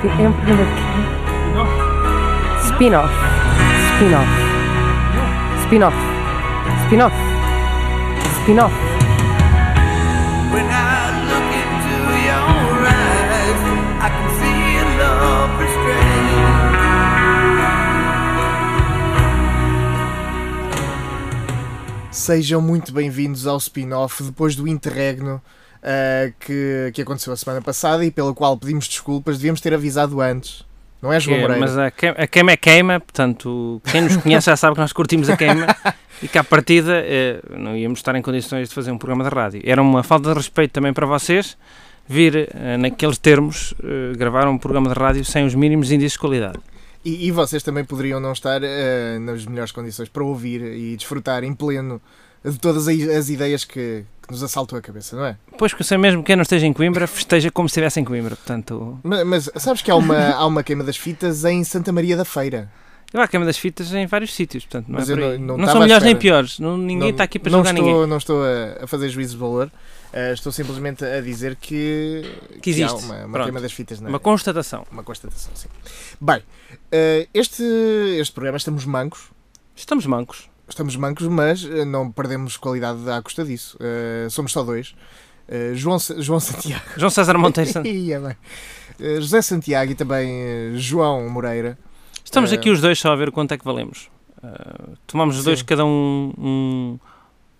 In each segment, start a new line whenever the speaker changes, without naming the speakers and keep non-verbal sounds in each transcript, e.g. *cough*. Fiquei sempre no Spin-off. Spin-off. Spin-off. Spin-off. Spin-off.
When I look into your eyes, I can see a love restrained.
Sejam muito bem-vindos ao spin-off depois do interregno ah, que, que aconteceu a semana passada e pelo qual pedimos desculpas, devíamos ter avisado antes. Não é, João
Que-
Moreira?
mas a, que- a queima é queima, portanto, quem nos conhece já sabe que nós curtimos
*laughs*
a queima e que à partida eh, não íamos estar em condições de fazer um programa de rádio. Era uma falta de respeito também para vocês vir, eh, naqueles termos, eh, gravar um programa de rádio sem os mínimos índices de qualidade.
E, e vocês também poderiam não estar ah, nas melhores condições para ouvir e desfrutar em pleno de todas as- as ideias que, que nos assaltam a cabeça, não é?
Pois que eu sei mesmo que quem não esteja em Coimbra festeja como se estivesse em Coimbra, portanto...
Ma- Mas, sabes que há
*laughs*
uma, há uma queima das fitas em Santa Maria da Feira.
Eu há queima das fitas em vários sítios, portanto, não
Mas
é
eu
por aí.
não- não
Não, são
estava à
melhores nem
espera.
piores, não- ninguém
Não-
está aqui para
não
julgar
estou,
ninguém.
Não estou a, a fazer juízo de valor, eh, estou simplesmente a dizer que,
Que
há
existe.
uma, uma
Pronto.
queima das fitas, não é?
Uma constatação.
Uma constatação, sim. Bem, eh, este, este programa estamos mancos,
Estamos mancos.
estamos mancos, mas eh, não perdemos qualidade à custa disso. Eh, somos só dois. Eh, João, Sa- João
*laughs*
Santiago. *laughs*
João César Monteiro Santos.
Ia bem. Eh, José Santiago e também eh, João Moreira.
Estamos
Eh,
aqui os dois só a ver quanto é que valemos. Eh, tomamos os dois
Sim.
cada um um,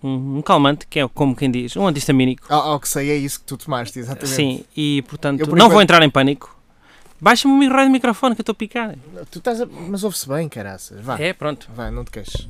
um- um calmante, que é como quem diz, um antistamínico.
Ao, ao que sei, é isso que tu tomaste, exatamente.
Sim, e portanto
Eu, por
não vou
enquanto-
entrar em pânico. Baixa-me o raio do microfone que eu estou a picar.
Tu estás a- Mas ouve-se bem, caraças. Vá.
É, pronto.
Vá, não te queixes.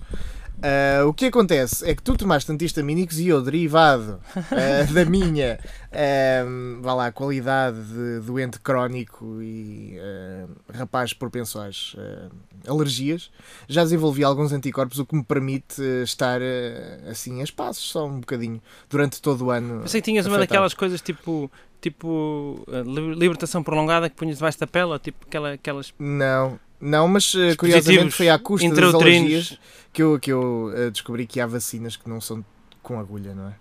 Ah, o que acontece é que tu tomaste antihistamínicos e eu, derivado ah, *laughs* da minha ahm, vá lá, qualidade de doente crónico e ahm, rapaz propenso às ahm, alergias, já desenvolvi alguns anticorpos, o que me permite ah, estar ah, assim a espaços só um bocadinho durante todo o ano.
Pensei que tinhas uma
Afetado.
daquelas coisas tipo, tipo eh, li- libertação prolongada que punhas debaixo da pele, ou tipo aquela, aquelas
Não, não, mas ah, curiosamente
dispositivos
foi à custa das alergias
intrauterinos.
que eu, que eu ah, descobri que há vacinas que não são com agulha, não é?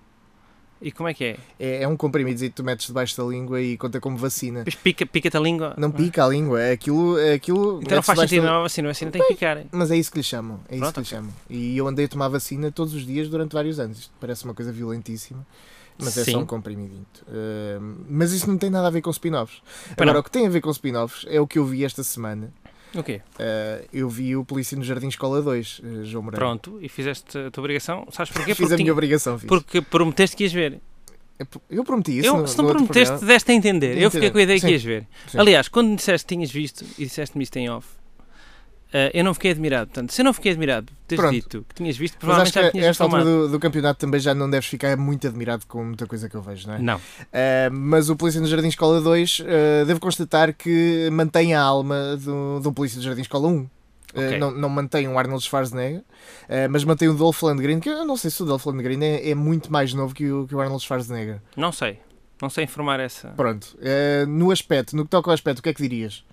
E como é que é?
É, é um comprimido que tu metes debaixo da língua e conta como vacina.
Depois pica- pica-te a língua.
Não pica a língua, é aquilo. é aquilo
Então não
metes
faz
debaixo
sentido,
da-
não é vacina, vacina tem que picar. hein?
Mas é isso que lhe chamam. É isso
Pronto,
que lhe chamam. E eu andei a tomar vacina todos os dias durante vários anos. Isto parece uma coisa violentíssima. Mas é
Sim.
só um comprimidinho. Ah, mas isso não tem nada a ver com spin-offs. Agora,
não.
o que tem a ver com spin-offs é o que eu vi esta semana.
O quê?
Ah, eu vi o Polícia no Jardim Escola 2, ah, João Moreira.
Pronto, e fizeste a tua obrigação. Sabes
*laughs*
porquê?
Fiz a
Porque,
minha
tinha-
obrigação, fiz.
porque prometeste que ias ver.
Eu prometi isso.
Eu,
no-
se não
no outro
prometeste,
programa.
deste a entender. Eu fiquei com a ideia
Sim.
que ias ver.
Sim.
Aliás, quando me disseste que tinhas visto e disseste-me isto em off, eh, eu não fiquei admirado. Portanto, se eu não fiquei admirado por teres
Pronto.
dito que tinhas visto,
Mas acho
provavelmente
que
já
a
me tinhas
esta altura
informado.
do, do campeonato também já não deves ficar muito admirado com muita coisa que eu vejo, não é?
Não.
Uh, mas o Polícia no Jardim Escola 2, uh, devo constatar que mantém a alma do, do Polícia do Jardim Escola 1. Uh,
Ok.
não, não mantém o Arnold Schwarzenegger, uh, mas mantém o Dolph Lundgren, que eu não sei se o Dolph Lundgren é, é muito mais novo que o, que o Arnold Schwarzenegger.
Não sei. Não sei informar essa.
Pronto, uh, no aspecto, no que toca ao aspecto, o que é que dirias?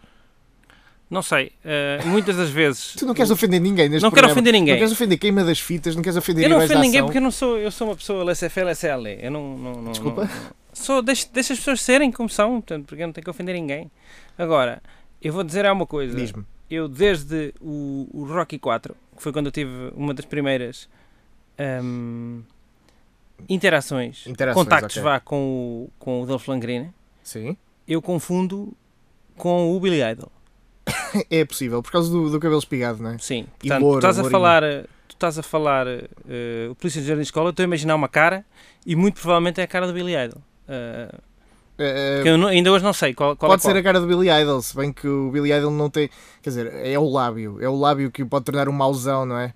Não sei. Eh, muitas das vezes.
Tu não queres ofender ninguém neste
Não quero
programa.
ofender
Não
ninguém.
queres ofender queima das fitas, não queres ofender
Eu não
heróis da
ofendo ninguém
ação.
porque eu não sou, eu sou uma pessoa LSFL, LSL. Eu não, não, não-
Desculpa.
não- só deixo, deixo as pessoas serem como são, portanto, porque eu não tenho que ofender ninguém. Agora, eu vou dizer alguma coisa.
Diz-me.
Eu, desde o, o Rocky 4, que foi quando eu tive uma das primeiras ahm, interações,
Interações,
contactos
ok.
vá com o, com o Dolph Lundgren,
Sim.
eu confundo com o Billy Idol.
É possível, por causa do, do cabelo espigado, não é?
Sim.
E
Portanto,
louro,
tu estás a
lourinho.
falar, eh, tu estás a falar eh, o Polícia do Jardim de Escola, eu estou a imaginar uma cara e muito provavelmente é a cara do Billy Idol. Eh,
Uh,
que eu não- ainda hoje não sei qual, qual
pode
é qual.
ser a cara do Billy Idol, se bem que o Billy Idol não tem. Quer dizer, é o lábio. É o lábio que o pode tornar um mauzão, não é?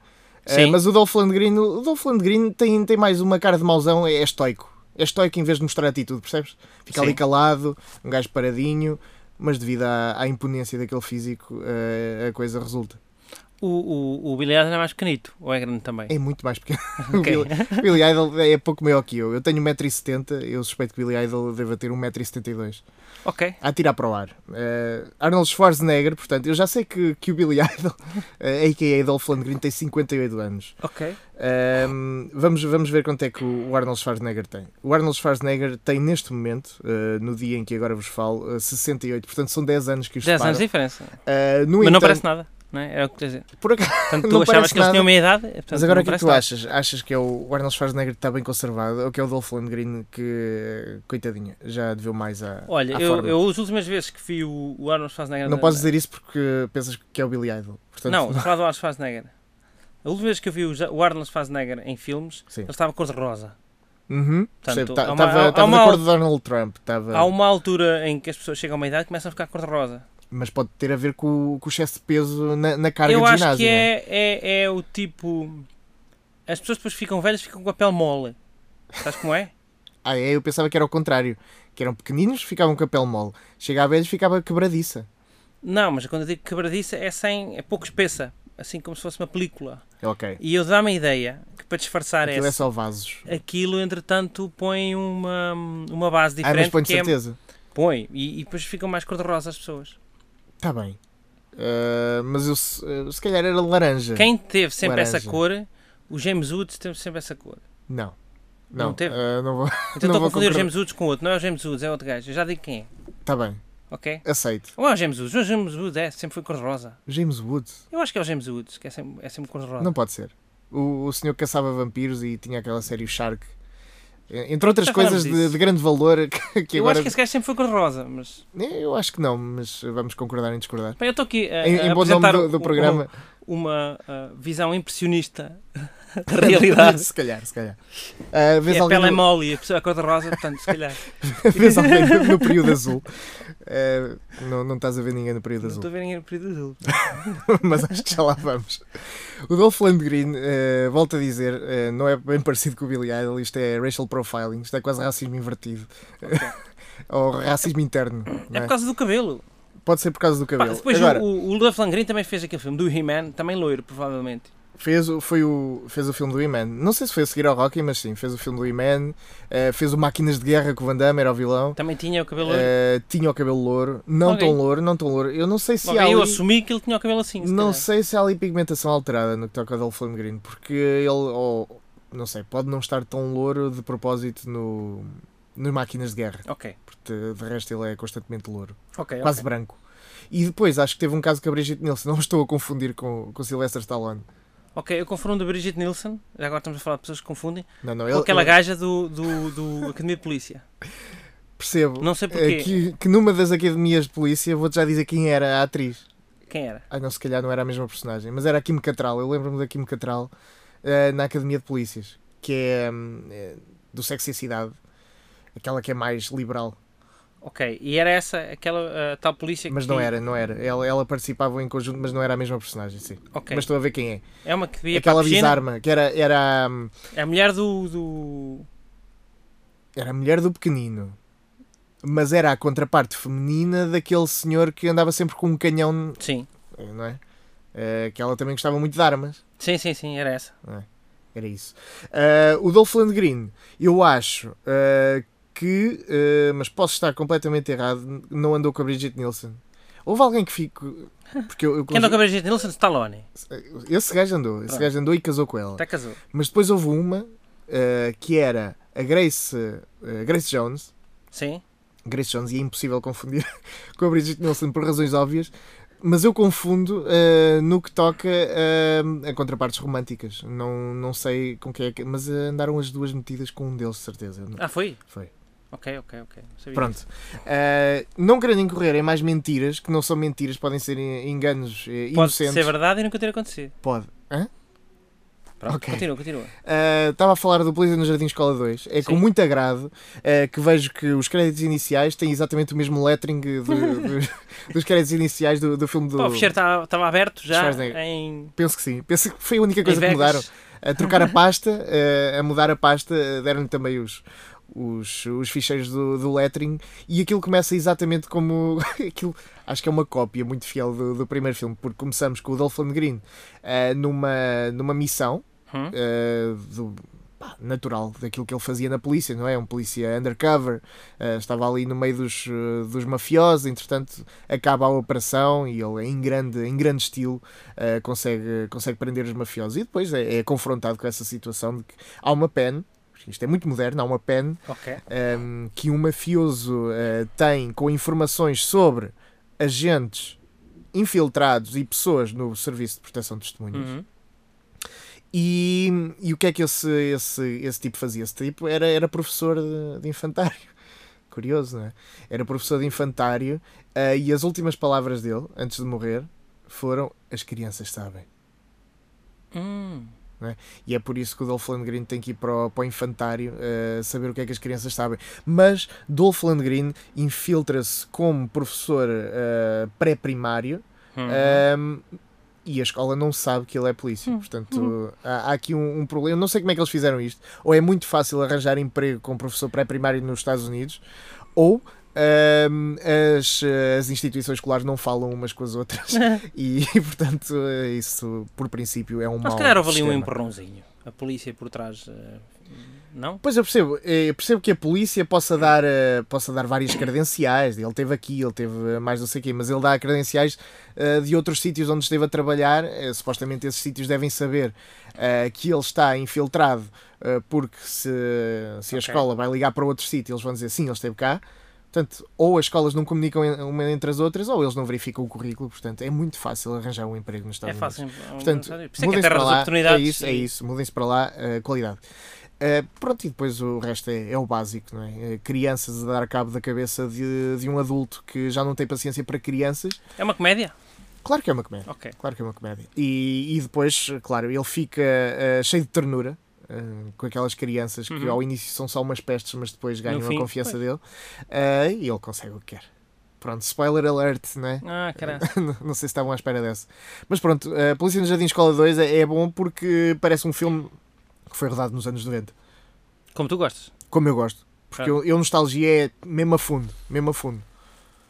Sim.
Eh, mas o Dolph Lundgren, o Dolph Lundgren tem, tem mais uma cara de mauzão, é, é estoico. É estoico em vez de mostrar atitude, percebes? Fica ali
Sim.
calado, um gajo paradinho, mas devido à, à imponência daquele físico, eh, a coisa resulta.
O, o, o Billy Idol é mais pequenito, ou é grande também?
É muito mais pequeno. *laughs*
Ok.
O Billy, Billy Idol é pouco maior que eu. Eu tenho 1,70m, eu suspeito que Billy Idol deva ter 1,72m.
Ok.
A tirar para o ar. Eh, Arnold Schwarzenegger, portanto, eu já sei que, que o Billy *laughs* Idol, eh, a.k.a. Dolph Lundgren, tem 58 anos.
Ok.
Ahm, vamos, vamos ver quanto é que o Arnold Schwarzenegger tem. O Arnold Schwarzenegger tem neste momento, eh, no dia em que agora vos falo, eh, 68, portanto são 10 anos que os
10 anos de
separam.
diferença.
Ah, no
Mas não
entanto,
parece nada, não é? Era o que eu ia dizer.
Por acaso,
Portanto,
Não
tu achavas
parece
que eles
nada.
tinham uma idade. portanto,
mas agora
não
o que é que
parece
tu achas?
nada.
Achas que é o o Arnold Schwarzenegger que está bem conservado ou que é o Dolph Lundgren que, coitadinho, já deveu mais à,
Olha,
à
eu,
forma?
eu as últimas vezes que vi o, o Arnold Schwarzenegger.
Não
na-
podes dizer isso porque pensas que é o Billy Idol. Portanto,
Não, estou a falar do Arnold Schwarzenegger. A última vez que eu vi o Ja- o Arnold Schwarzenegger em filmes,
*laughs* Sim.
ele estava cor-de-rosa.
Uhum,
Portanto, há
Estava
uma- há- há uma-
da cor do Donald Trump, tava,
Há uma altura em que as pessoas chegam a uma idade e começam a ficar cor-de-rosa.
mas pode ter a ver com, o- com o excesso de peso na, na carga
Eu
de
acho
ginásio.
que
não
é, é, é o tipo. As pessoas depois ficam velhas ficam com a pele mole. Sabes como é?
Ah, é? Eu pensava que era o contrário. Que eram pequeninos, ficavam com a pele mole. Chegava a velhos, ficava quebradiça.
Não, mas quando eu digo quebradiça é sem. é pouco espessa. Assim como se fosse uma película.
É Ok.
E eu dá-me a ideia que para disfarçar
Aquilo é
essa.
só vasos.
Aquilo, entretanto, põe uma, uma base
ah, mas
diferente.
ponho
que é-
certeza.
Põe, e, e depois ficam mais cor-de-rosa as pessoas.
Está Tá bem. Ah, mas eu se, eu se calhar era laranja.
Quem teve sempre
Laranja.
essa cor, o James Woods teve sempre essa cor.
Não.
Não teve?
Ah, não vou. *laughs* Não
Então estou a
vou
confundir o
concordar.
James Woods com outro, não é o James Woods, é outro gajo. Eu já digo quem é,
Está Tá bem.
ok?
Aceito.
Ou é o James Woods, o James Woods é, sempre foi cor-de-rosa.
James Wood.
Eu acho que é o James Woods, que é sempre, é sempre cor-de-rosa.
Não pode ser. O, o senhor caçava vampiros e tinha aquela série o Shark. Eh, Entre outras
Já
coisas
falámos
de,
disso.
de grande valor *laughs* que, que
eu
agora.
acho que esse gajo sempre foi cor-de-rosa, mas...
Eh, Eu acho que não, mas vamos concordar em discordar.
Bem, eu estou aqui a,
Em,
a
em bom nome
apresentar
do,
um-
do programa.
uma ah, visão impressionista *laughs*
*laughs*
da realidade.
se calhar, se calhar. Ah,
É
vês
a
alguém
pele é
no-
mole e a pessoa é cor-de-rosa, portanto, se calhar,
*laughs* vês alguém
*laughs*
no, no período azul. Eh, não, não estás a ver ninguém no período
não
azul.
estou a ver ninguém no período azul.
*laughs* mas acho que já lá vamos. O Dolph Lundgren, eh, volto a dizer, eh, não é bem parecido com o Billy Idol, isto é racial profiling, isto é quase racismo invertido. *laughs* Ou racismo interno.
É
não é?
por causa do cabelo.
Pode ser por causa do
Pá,
cabelo.
depois
Agora,
o, o, o Dolph Lundgren também fez aquele filme do He-Man, também loiro, provavelmente.
fez, o- foi o, fez o filme do He-Man. Não sei se foi a seguir ao Rocky, mas sim, fez o filme do He-Man, eh, fez o Máquinas de Guerra com o Van Damme, era o vilão.
Também tinha o cabelo loiro.
Eh, tinha o cabelo louro, não
Ok.
tão louro, não tão louro. Eu não sei se
Logo,
há
aí eu
ali,
assumi que ele tinha o cabelo assim. se
não
calhar.
sei se há ali pigmentação alterada no que toca ao Dolph Lundgren, porque ele, ou, não sei, pode não estar tão louro de propósito no, nas máquinas de guerra,
Ok,
porque de resto ele é constantemente louro,
É, ok.
quase
ok.
branco. E depois acho que teve um caso com a Brigitte Nielsen, não estou a confundir com, com Sylvester Stallone.
Ok, eu confundo a Brigitte Nielsen, já agora estamos a falar de pessoas que confundem,
Não, não,
com
ele,
aquela
ele-
gaja do, do, do Academia de Polícia.
percebo.
Não sei
eh,
porquê.
que, que numa das academias de polícia, vou-te já dizer quem era a atriz.
Quem era?
Ah, não, se calhar não era a mesma personagem, mas era a Kim Catral. Eu lembro-me da Kim Catral eh, na Academia de Polícias, que é hum, eh, do Sexo e a Cidade, aquela que é mais liberal.
Ok, e era essa, aquela ah, tal polícia
Mas
que...
não era, não era. Ela, ela participava em conjunto, mas não era a mesma personagem, sim.
Ok,
Mas estou a ver quem é.
é uma que via
aquela
para a piscina,
desarma, que era, era, hum,
é a mulher do... do...
era a mulher do pequenino. Mas era a contraparte feminina daquele senhor que andava sempre com um canhão,
Sim.
eh, não é? Eh, que ela também gostava muito de armas.
Sim, sim, sim, era essa.
Era isso. Ah, o Dolph Lundgren, eu acho ah, que, ah, mas posso estar completamente errado, não andou com a Bridget Nielsen. Houve alguém que fico. Porque eu, eu-
Quem não com a Ah. Brigitte Nielsen? Stallone.
Esse gajo andou, esse
Pronto.
gajo andou e casou com ela.
Até casou.
Mas depois houve uma ah, que era a Grace, ah, Grace Jones.
Sim.
Grace Jones, e é impossível confundir *laughs* com a Bridget Nielsen por razões óbvias. Mas eu confundo ah, no que toca ah, a contrapartes românticas. Não, não sei com quem é que. Mas ah, andaram as duas metidas com um deles, de certeza. Não-
Ah, foi?
Foi.
Ok, ok, ok. Não sabia
Pronto. Ah, não querendo incorrer em mais mentiras, que não são mentiras, podem ser en- enganos eh,
Pode
inocentes.
ser verdade e nunca ter acontecido.
Pode. Hã?
Pronto,
Ok.
continua, continua.
Ah, Estava a falar do Polícia no Jardim Escola 2. É com
Sim.
muito agrado ah, que vejo que os créditos iniciais têm exatamente o mesmo lettering de-
*laughs*
de- dos créditos iniciais do, do filme do.
Pá, o fecheiro estava aberto já
Schwarzenegger.
em.
Penso que sim. Penso que foi a única
em
coisa que
Vegas.
mudaram. A trocar a pasta, eh, a mudar a pasta, eh, deram-lhe também os, os, os ficheiros do, do lettering e aquilo começa exatamente como *laughs* aquilo acho que é uma cópia muito fiel do, do primeiro filme porque começamos com o Dolph Lundgren eh, numa numa missão
Hum.
eh, do- pá, natural daquilo que ele fazia na polícia não é um polícia undercover eh, estava ali no meio dos, eh, dos mafiosos entretanto acaba a operação e ele é em grande em grande estilo eh, consegue consegue prender os mafiosos e depois é, é confrontado com essa situação de que há uma pen isto é muito moderno, há uma pen
Ok.
um, que um mafioso uh, tem com informações sobre agentes infiltrados e pessoas no Serviço de Proteção de Testemunhas.
Uhum.
E, e o que é que esse, esse, esse tipo fazia? Esse tipo era, era professor de, de infantário. *laughs* Curioso, não é? Era professor de infantário uh, e as últimas palavras dele, antes de morrer, foram: As crianças sabem.
Hum.
E é por isso que o Dolph Lundgren tem que ir para o, para o infantário eh, saber o que é que as crianças sabem. Mas Dolph Lundgren infiltra-se como professor eh, pré-primário
Hum.
ehm, e a escola não sabe que ele é polícia.
Uhum.
Portanto, há, há aqui um, um problema. Eu não sei como é que eles fizeram isto. Ou é muito fácil arranjar emprego como professor pré-primário nos Estados Unidos, ou. ehm, as, as instituições escolares não falam umas com as
*laughs*
outras e, *laughs* portanto eh, isso por princípio é um
Mas
mal
se calhar houve ali um
sistema.
empurrãozinho. A polícia por trás. eh, Não? Hum.
Pois eu percebo, eh, eu percebo que a polícia possa dar, eh, possa dar várias credenciais. Ele teve aqui, ele teve mais não sei o quê, mas ele dá credenciais eh, de outros sítios onde esteve a trabalhar. Eh, Supostamente esses sítios devem saber eh, que ele está infiltrado, eh, porque se, se a
Ok.
escola vai ligar para outro sítio, eles vão dizer sim, ele esteve cá. Portanto, ou as escolas não comunicam en- uma entre as outras, ou eles não verificam o currículo. Portanto, é muito fácil arranjar um emprego nos
É
Estados Unidos.
fácil.
Portanto,
Por isso é que a
mudem-se
terra
para
das
lá. É
oportunidades.
isso, é isso. Mudem-se para lá, eh, qualidade. Eh, pronto, e depois o resto é, é o básico, não é? Eh, crianças a dar cabo da cabeça de, de um adulto que já não tem paciência para crianças.
É uma comédia?
Claro que é uma comédia.
Ok.
Claro que é uma comédia. E, e depois, claro, ele fica eh, cheio de ternura. eh, com aquelas crianças que
Uhum.
ao início são só umas pestes, mas depois ganham
fim,
a confiança dele Eh, e ele consegue o que quer. Pronto, spoiler alert, né?
Ah, caralho.
*laughs* não não sei se estavam à espera dessa. Mas pronto, a Polícia no Jardim Escola 2 é, é bom porque parece um filme que foi rodado nos anos 90,
Como tu gostas.
como eu gosto. Porque
Ah.
eu, eu nostalgia é mesmo a fundo, mesmo a fundo.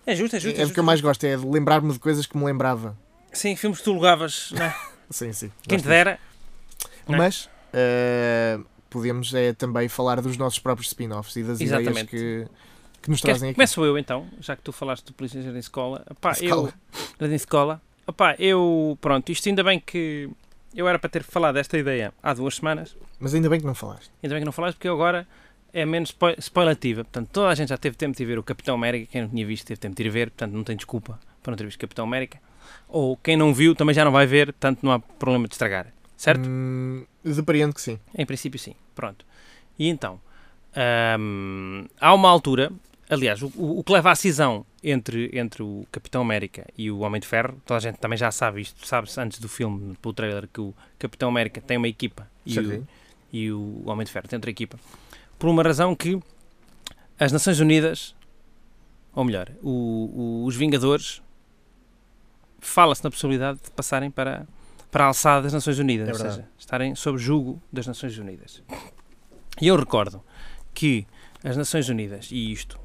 É justo, é justo.
é o
justo.
que eu mais gosto, é de lembrar-me de coisas que me lembrava.
Sim, filmes que tu alugavas.
*laughs*
não é?
Sim, sim.
Quem
gosto
te dera.
disso.
né?
Mas eh, podemos é, também falar dos nossos próprios spin-offs e das
Exatamente.
ideias que, que nos
Queres-
trazem aqui. Ah,
Começo eu então, já que tu falaste do Polícia Jardim Escola. Epá,
Escola.
eu. Jardim Escola. Epá, eu. Pronto, isto ainda bem que. Eu era para ter falado desta ideia há duas semanas.
Mas ainda bem que não falaste.
Ainda bem que não falaste, porque eu agora é menos spo- spoilativa. Portanto, toda a gente já teve tempo de ir ver o Capitão América. Quem não tinha visto teve tempo de ir ver. Portanto, não tem desculpa para não ter visto Capitão América. Ou quem não viu também já não vai ver. Portanto, não há problema de estragar. Certo?
Hum, depreendo que sim.
Em princípio, sim. Pronto. E então, hum, há uma altura, aliás, o, o- o que leva à cisão entre, entre o Capitão América e o Homem de Ferro, toda a gente também já sabe isto, sabe-se antes do filme, pelo trailer, que o Capitão América tem uma equipa e o,
Certinho.
e o Homem de Ferro tem outra equipa, por uma razão que as Nações Unidas, ou melhor, o- o- os Vingadores, fala-se na possibilidade de passarem para, para a alçada das Nações Unidas,
É
ou
verdade.
seja, estarem sob julgo das Nações Unidas. E eu recordo que as Nações Unidas, e isto,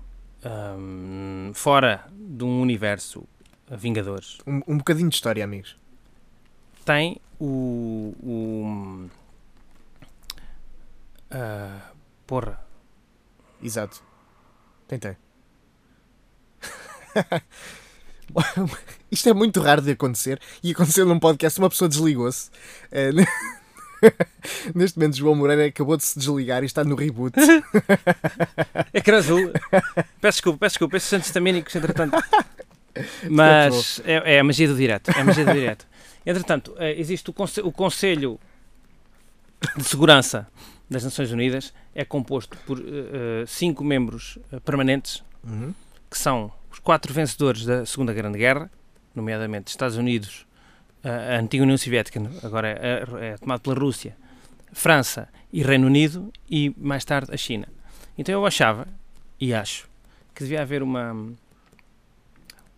hum, fora de um universo Vingadores,
Um, um bocadinho de história, amigos.
tem o. o ah, porra.
Exato. Tentei. *laughs* Isto é muito raro de acontecer e aconteceu num podcast. Uma pessoa desligou-se. Eh, *laughs* ne- Neste momento, João Moreira acabou de se desligar e está no reboot.
É que era azul. peço desculpa, peço desculpa. Esses antistamínicos, entretanto. Mas é, é a magia do direto. É a magia do direto. Entretanto, eh, existe o, conse- o Conselho de Segurança das Nações Unidas. É composto por eh, eh, cinco membros eh, permanentes,
Uhum.
que são os quatro vencedores da Segunda Grande Guerra, nomeadamente Estados Unidos, eh, a antiga União Soviética, no- agora é, é- é tomado pela Rússia, França e Reino Unido, e mais tarde a China. Então eu achava, e acho, que devia haver uma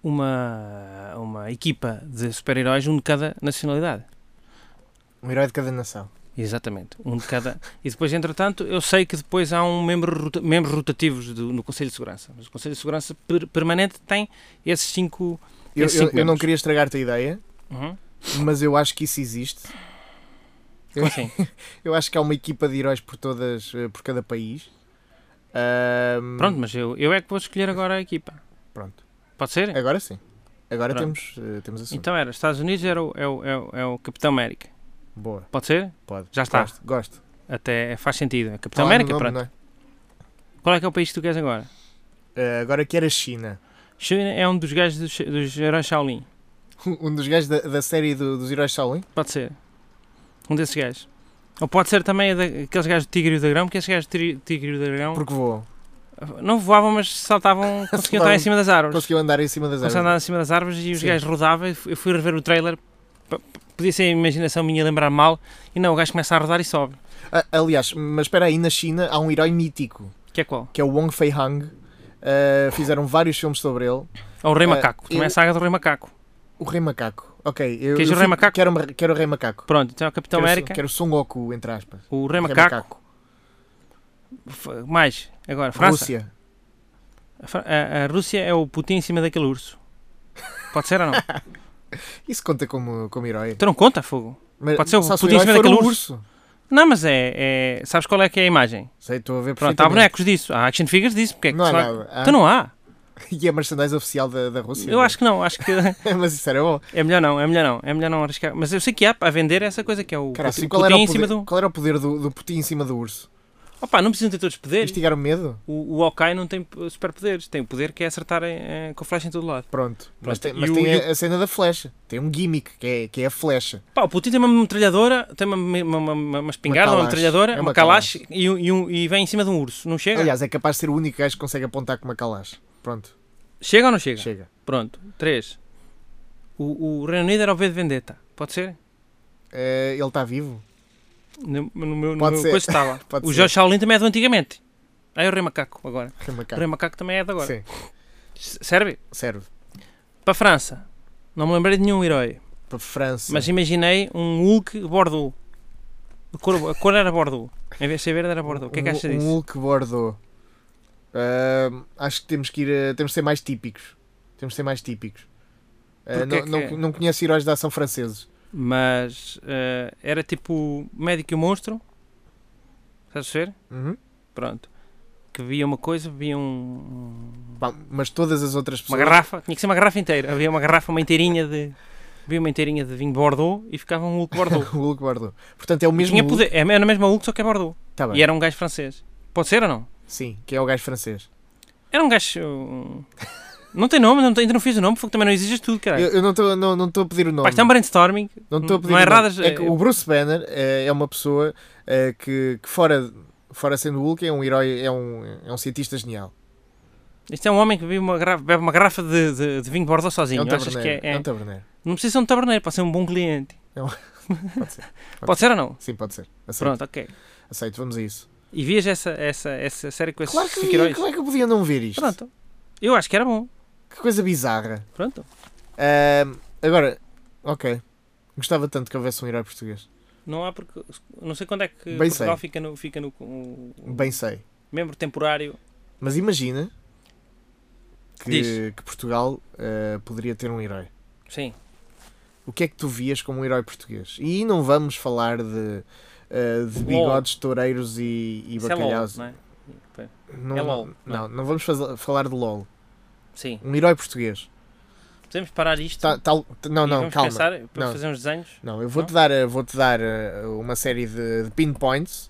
uma, uma equipa de super-heróis, um de cada nacionalidade.
Um herói de cada nação.
Exatamente, um de cada. E depois, entretanto, eu sei que depois há um membro rota- membros rotativos do- no Conselho de Segurança. Mas o Conselho de Segurança per- permanente tem esses cinco.
Eu,
Esses
eu-
cinco
eu não
membros.
queria estragar-te a ideia,
Uhum.
mas eu acho que isso existe. *laughs*
Como assim?
Eu acho que há uma equipa de heróis por todas, eh, por cada país. Ahm,
Pronto, mas eu, eu é que vou escolher agora a equipa.
Pronto. É
Pode ser?
Agora sim. Agora
Pronto.
temos, eh, temos assunto.
Então era, Estados Unidos era o, é, o, é, o, é o Capitão América.
Boa,
Pode ser?
pode.
Então- Já está.
Gosto, gosto.
Até faz sentido. É
Falar
Capitão
no
América,
nome,
pronto.
não é?
Qual é que é o país que tu queres agora?
Eh, agora que era China.
China é um dos gajos dos, dos heróis Shaolin.
*laughs* Um dos gajos da, da série do- dos heróis Shaolin.
Pode ser. Um desses gajos. Ou pode ser também da- aqueles gajos do Tigre e o Dragão, porque esses gajos do Tri- Tigre e o Dragão
Porque voam.
não voavam, mas
*laughs*
saltavam, conseguiam estar em cima das árvores.
Conseguiu andar em cima das
Conseguiam
árvores.
andar em cima das árvores e os
Sim.
gajos rodavam. Eu fui- Eu fui rever o trailer, p- p- podia ser a imaginação minha lembrar mal, e não, o gajo começa a rodar e sobe.
Ah, aliás, mas espera aí, na China há um herói mítico,
Que é qual?
que é o Wong Fei Hang. Eh, fizeram vários filmes sobre ele.
Ou É o Rei
Eh,
Macaco. Também
eu-
a saga do Rei Macaco.
O Rei Macaco. Ok, eu, eu
Queres o Rei
fico-
Macaco?
Quero, uma- quero o Rei Macaco.
Pronto, então é o Capitão
quero,
América,
Quero o Son Goku, entre aspas.
o Rei
Rei
Macaco, f- mais, agora, França.
Rússia.
A Fra- A, a Rússia é o Putin em cima daquele urso. Pode ser ou
*laughs*
não?
Isso conta como, como herói.
Então não conta, fogo.
Mas
Pode ser o
só se
Putin em
herói
cima
for um
daquele
urso.
Não, mas é, é- Sabes qual é que é a imagem?
Sei, estou a ver
Pronto, há
perfeitamente.
bonecos disso, há action figures disso. Porque é que
Não há
será-
nada. Ah,
Então não há.
*laughs* E é merchandise oficial da, da Rússia.
Eu acho que não, acho que
que... *laughs* Mas isso era bom.
é melhor não, é melhor não, é melhor não arriscar. Mas eu sei que há a vender essa coisa que é o
Cara,
Putin,
assim, qual, era
Putin
o
em
poder,
cima do.
qual era o poder do, do Putin em cima do urso?
Opa, não precisam ter todos poderes.
Instigar o medo?
O, o Hawkeye não tem eh, superpoderes, tem o poder que é acertar em- em- com a flecha em todo lado.
Pronto. Mas
Pronto,
tem,
e
mas
o-
tem
e
a, a cena da flecha. Tem um gimmick que é, que é a flecha.
Pá, o Putin tem uma metralhadora, tem uma, uma, uma- uma- uma espingarda, uma,
calache.
metralhadora,
É
uma,
uma
calache, E, um- e um- e vem em cima de um urso. Não chega?
Aliás, é capaz de ser o único gajo que consegue apontar com uma calache. Pronto,
Chega ou não chega?
chega.
Pronto. 3. O, o Reino Unido era o V de Vendetta. Pode ser?
Eh, ele está vivo?
No, no meu, no
Pode
meu
ser.
coisa estava.
*laughs* Pode
o
ser.
Jorge Shaolin também é do antigamente. Aí é o Rei Macaco agora.
Rei
O
Macaco.
Rei Macaco também é de agora.
Sim,
S- Serve?
serve.
Para a França. Não me lembrei de nenhum herói.
Para França.
Mas imaginei um Hulk Bordeaux. A cor, a cor era Bordeaux. Em vez de ser verde era Bordeaux. O que é que
Um-
achas
Um
disso?
Hulk Bordeaux. Ahm, acho que temos que ir. a- Temos de ser mais típicos. Temos de ser mais típicos. Ah,
Porque
não,
é que-
não, não conheço heróis de ação franceses.
Mas eh, era tipo o médico e o monstro. Estás a ver?
Uhum.
Pronto. Que via uma coisa, via um- um
Pá, mas todas as outras
Uma
pessoas.
garrafa, tinha que ser uma garrafa inteira. Havia uma garrafa, uma inteirinha de. Havia uma inteirinha de vinho Bordeaux e ficava um Hulk Bordeaux.
O Hulk Bordeaux. Portanto, é o *laughs* mesmo.
tinha
Hulk.
poder, é a mesma Hulk, só que é Bordeaux.
Tá bem.
E era um gajo francês. Pode ser ou não?
Sim, que é o gajo francês.
Era um gajo. um, Não tem nome, não tem- ainda não fiz o nome, porque também não exijas tudo, caralho.
Eu, eu não estou não, não tô a pedir o
Pá,
nome.
isto é um brainstorming.
Não estou a pedir
não
o
é
nome.
erradas.
É que o Bruce Banner eh, é uma pessoa eh, que, que fora, fora sendo Hulk, é um herói, é um, é um cientista genial.
Isto é um homem que bebe uma garrafa, bebe uma garrafa de, de, de vinho Bordeaux sozinho.
é um
Achas que é,
taberneiro. É,
é-
um taberneiro.
Não precisa ser um taberneiro, pode ser um bom cliente.
É
*laughs*
um-
Pode
ser.
Pode ser ou não?
Sim, pode ser. Aceito.
Pronto, ok.
Aceito, vamos a isso.
E vias essa, essa, essa série com esses
Claro que,
cinco
vi,
heróis?
como é que eu podia não ver isto?
Pronto. Eu acho que era bom.
Que coisa bizarra.
Pronto.
Ahm, agora, ok. Gostava tanto que houvesse um herói português.
Não há porque. Não sei quando é que
Bem
Portugal
sei.
fica no, fica no o- o
Bem sei.
membro temporário.
Mas imagina que,
Diz.
que Portugal eh, poderia ter um herói.
Sim.
O que é que tu vias como um herói português? E não vamos falar de, eh, de bigodes, toureiros e, e
Isso é LOL,
bacalhaus.
não é?
Não,
É
não-
LOL, não é?
não, não vamos faz- falar de LOL.
Sim.
Um herói português.
Podemos parar isto.
Tá- tal- t- não,
e
não,
vamos
calma.
pensar para
Não.
fazer uns desenhos.
Não, eu vou-te dar, eh, vou-te dar eh, uma série de, de pinpoints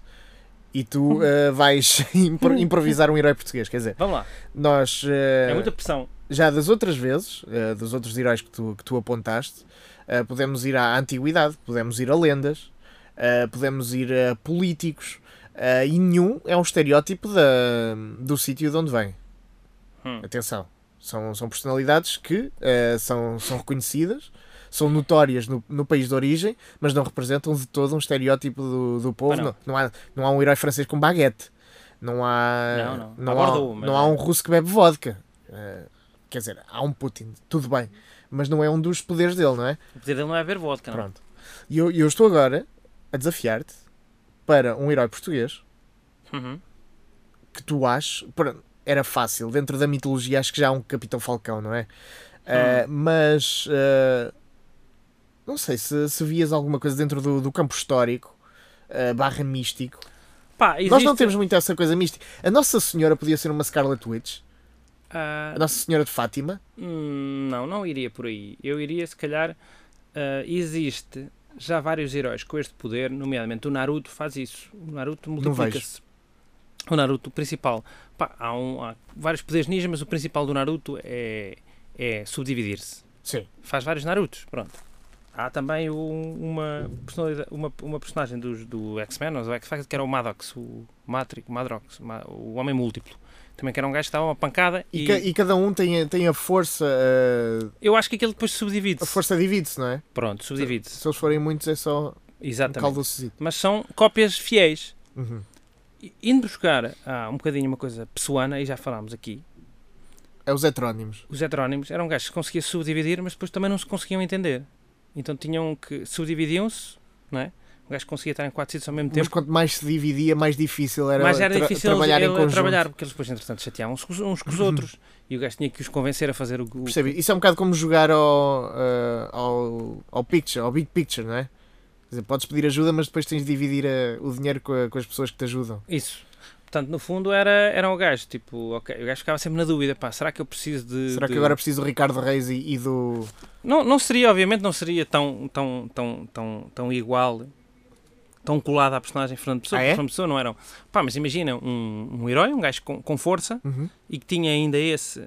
e
*laughs*
tu eh, vais *laughs* impro- improvisar um herói português. Quer dizer,
Vamos lá.
nós eh,
É muita pressão.
já das outras vezes, eh, dos outros heróis que tu, que tu apontaste, eh, podemos ir à antiguidade, podemos ir a lendas, eh, podemos ir a políticos eh, e nenhum é um estereótipo da- do sítio de onde vem.
Hum.
Atenção, são, são personalidades que eh, são, são reconhecidas, são notórias no, no país de origem, mas não representam de todo um estereótipo do, do povo.
Ah,
Não.
não.
não há, não há um herói francês com baguete. Não há,
Não, não. é? Há
há,
Bordeaux, mas
não há um russo que bebe vodka. Eh, quer dizer, há um Putin, tudo bem, mas não é um dos poderes dele, não é?
O poder dele não é beber vodka, não.
Pronto. E eu, eu estou agora a desafiar-te para um herói português
Uhum.
que tu achas. pronto, Era fácil, dentro da mitologia acho que já há um Capitão Falcão, não é?
Hum.
Ah, mas ah, não sei se, se vias alguma coisa dentro do, do campo histórico. ah, barra místico.
Pá,
Nós
existe-
não temos muito essa coisa mística. A Nossa Senhora podia ser uma Scarlet Witch.
Ah,
A Nossa Senhora de Fátima.
hum, não, não iria por aí. Eu iria, se calhar, ah, existe já vários heróis com este poder, nomeadamente o Naruto faz isso. O Naruto multiplica-se. O Naruto, o principal. Pá, há, um- há vários poderes ninja, mas o principal do Naruto é, é subdividir-se.
Sim.
faz vários Narutos, pronto. Há também um- uma, personalidade- uma, uma personagem dos, do X-Men, ou do X-Factor, que era o Maddox, o Matrix, Madrox, Ma- o Homem Múltiplo. Também que era um gajo que dava uma pancada
E,
e,
ca- e cada um tem, a- tem a força. ah,
eu acho que aquele depois
a
subdivide-se.
força divide-se, não é?
Pronto, subdivide-se.
Se eles forem muitos é só um
Exatamente.
caldo
Mas são cópias fiéis.
uhum.
E- Indo buscar ah, um bocadinho uma coisa pessoana, e já falámos aqui,
É os heterónimos.
os heterónimos eram gajos que se conseguiam subdividir, mas depois também não se conseguiam entender. Então tinham que. subdividiam-se, não é? O gajo conseguia estar em quatro sítios ao mesmo tempo.
Mas quanto mais se dividia, mais difícil era,
Mas era
tra-
difícil
trabalhar
ele,
em conjunto. Uhum.
trabalhar, porque eles depois, entretanto, chateavam-se com os- uns com os outros e o gajo tinha que os convencer a fazer o. o
Percebe? Isso é um bocado como jogar ao, ah, ao, ao picture, ao big picture, não é? Quer dizer, podes pedir ajuda, mas depois tens de dividir ah, o dinheiro co- com, as pessoas que te ajudam.
Isso. Portanto, no fundo, era, era o gajo. Tipo, ok, o gajo ficava sempre na dúvida: pá, será que eu preciso de.
Será que
de-
agora é preciso do Ricardo Reis e, e do.
Não, não seria, obviamente, não seria tão, tão, tão, tão, tão igual, tão colado à personagem Fernando Pessoa.
Ah, é?
Fernando Pessoa não eram. Pá, mas imagina um, um herói, um gajo com, com força
Uhum.
e que tinha ainda esse.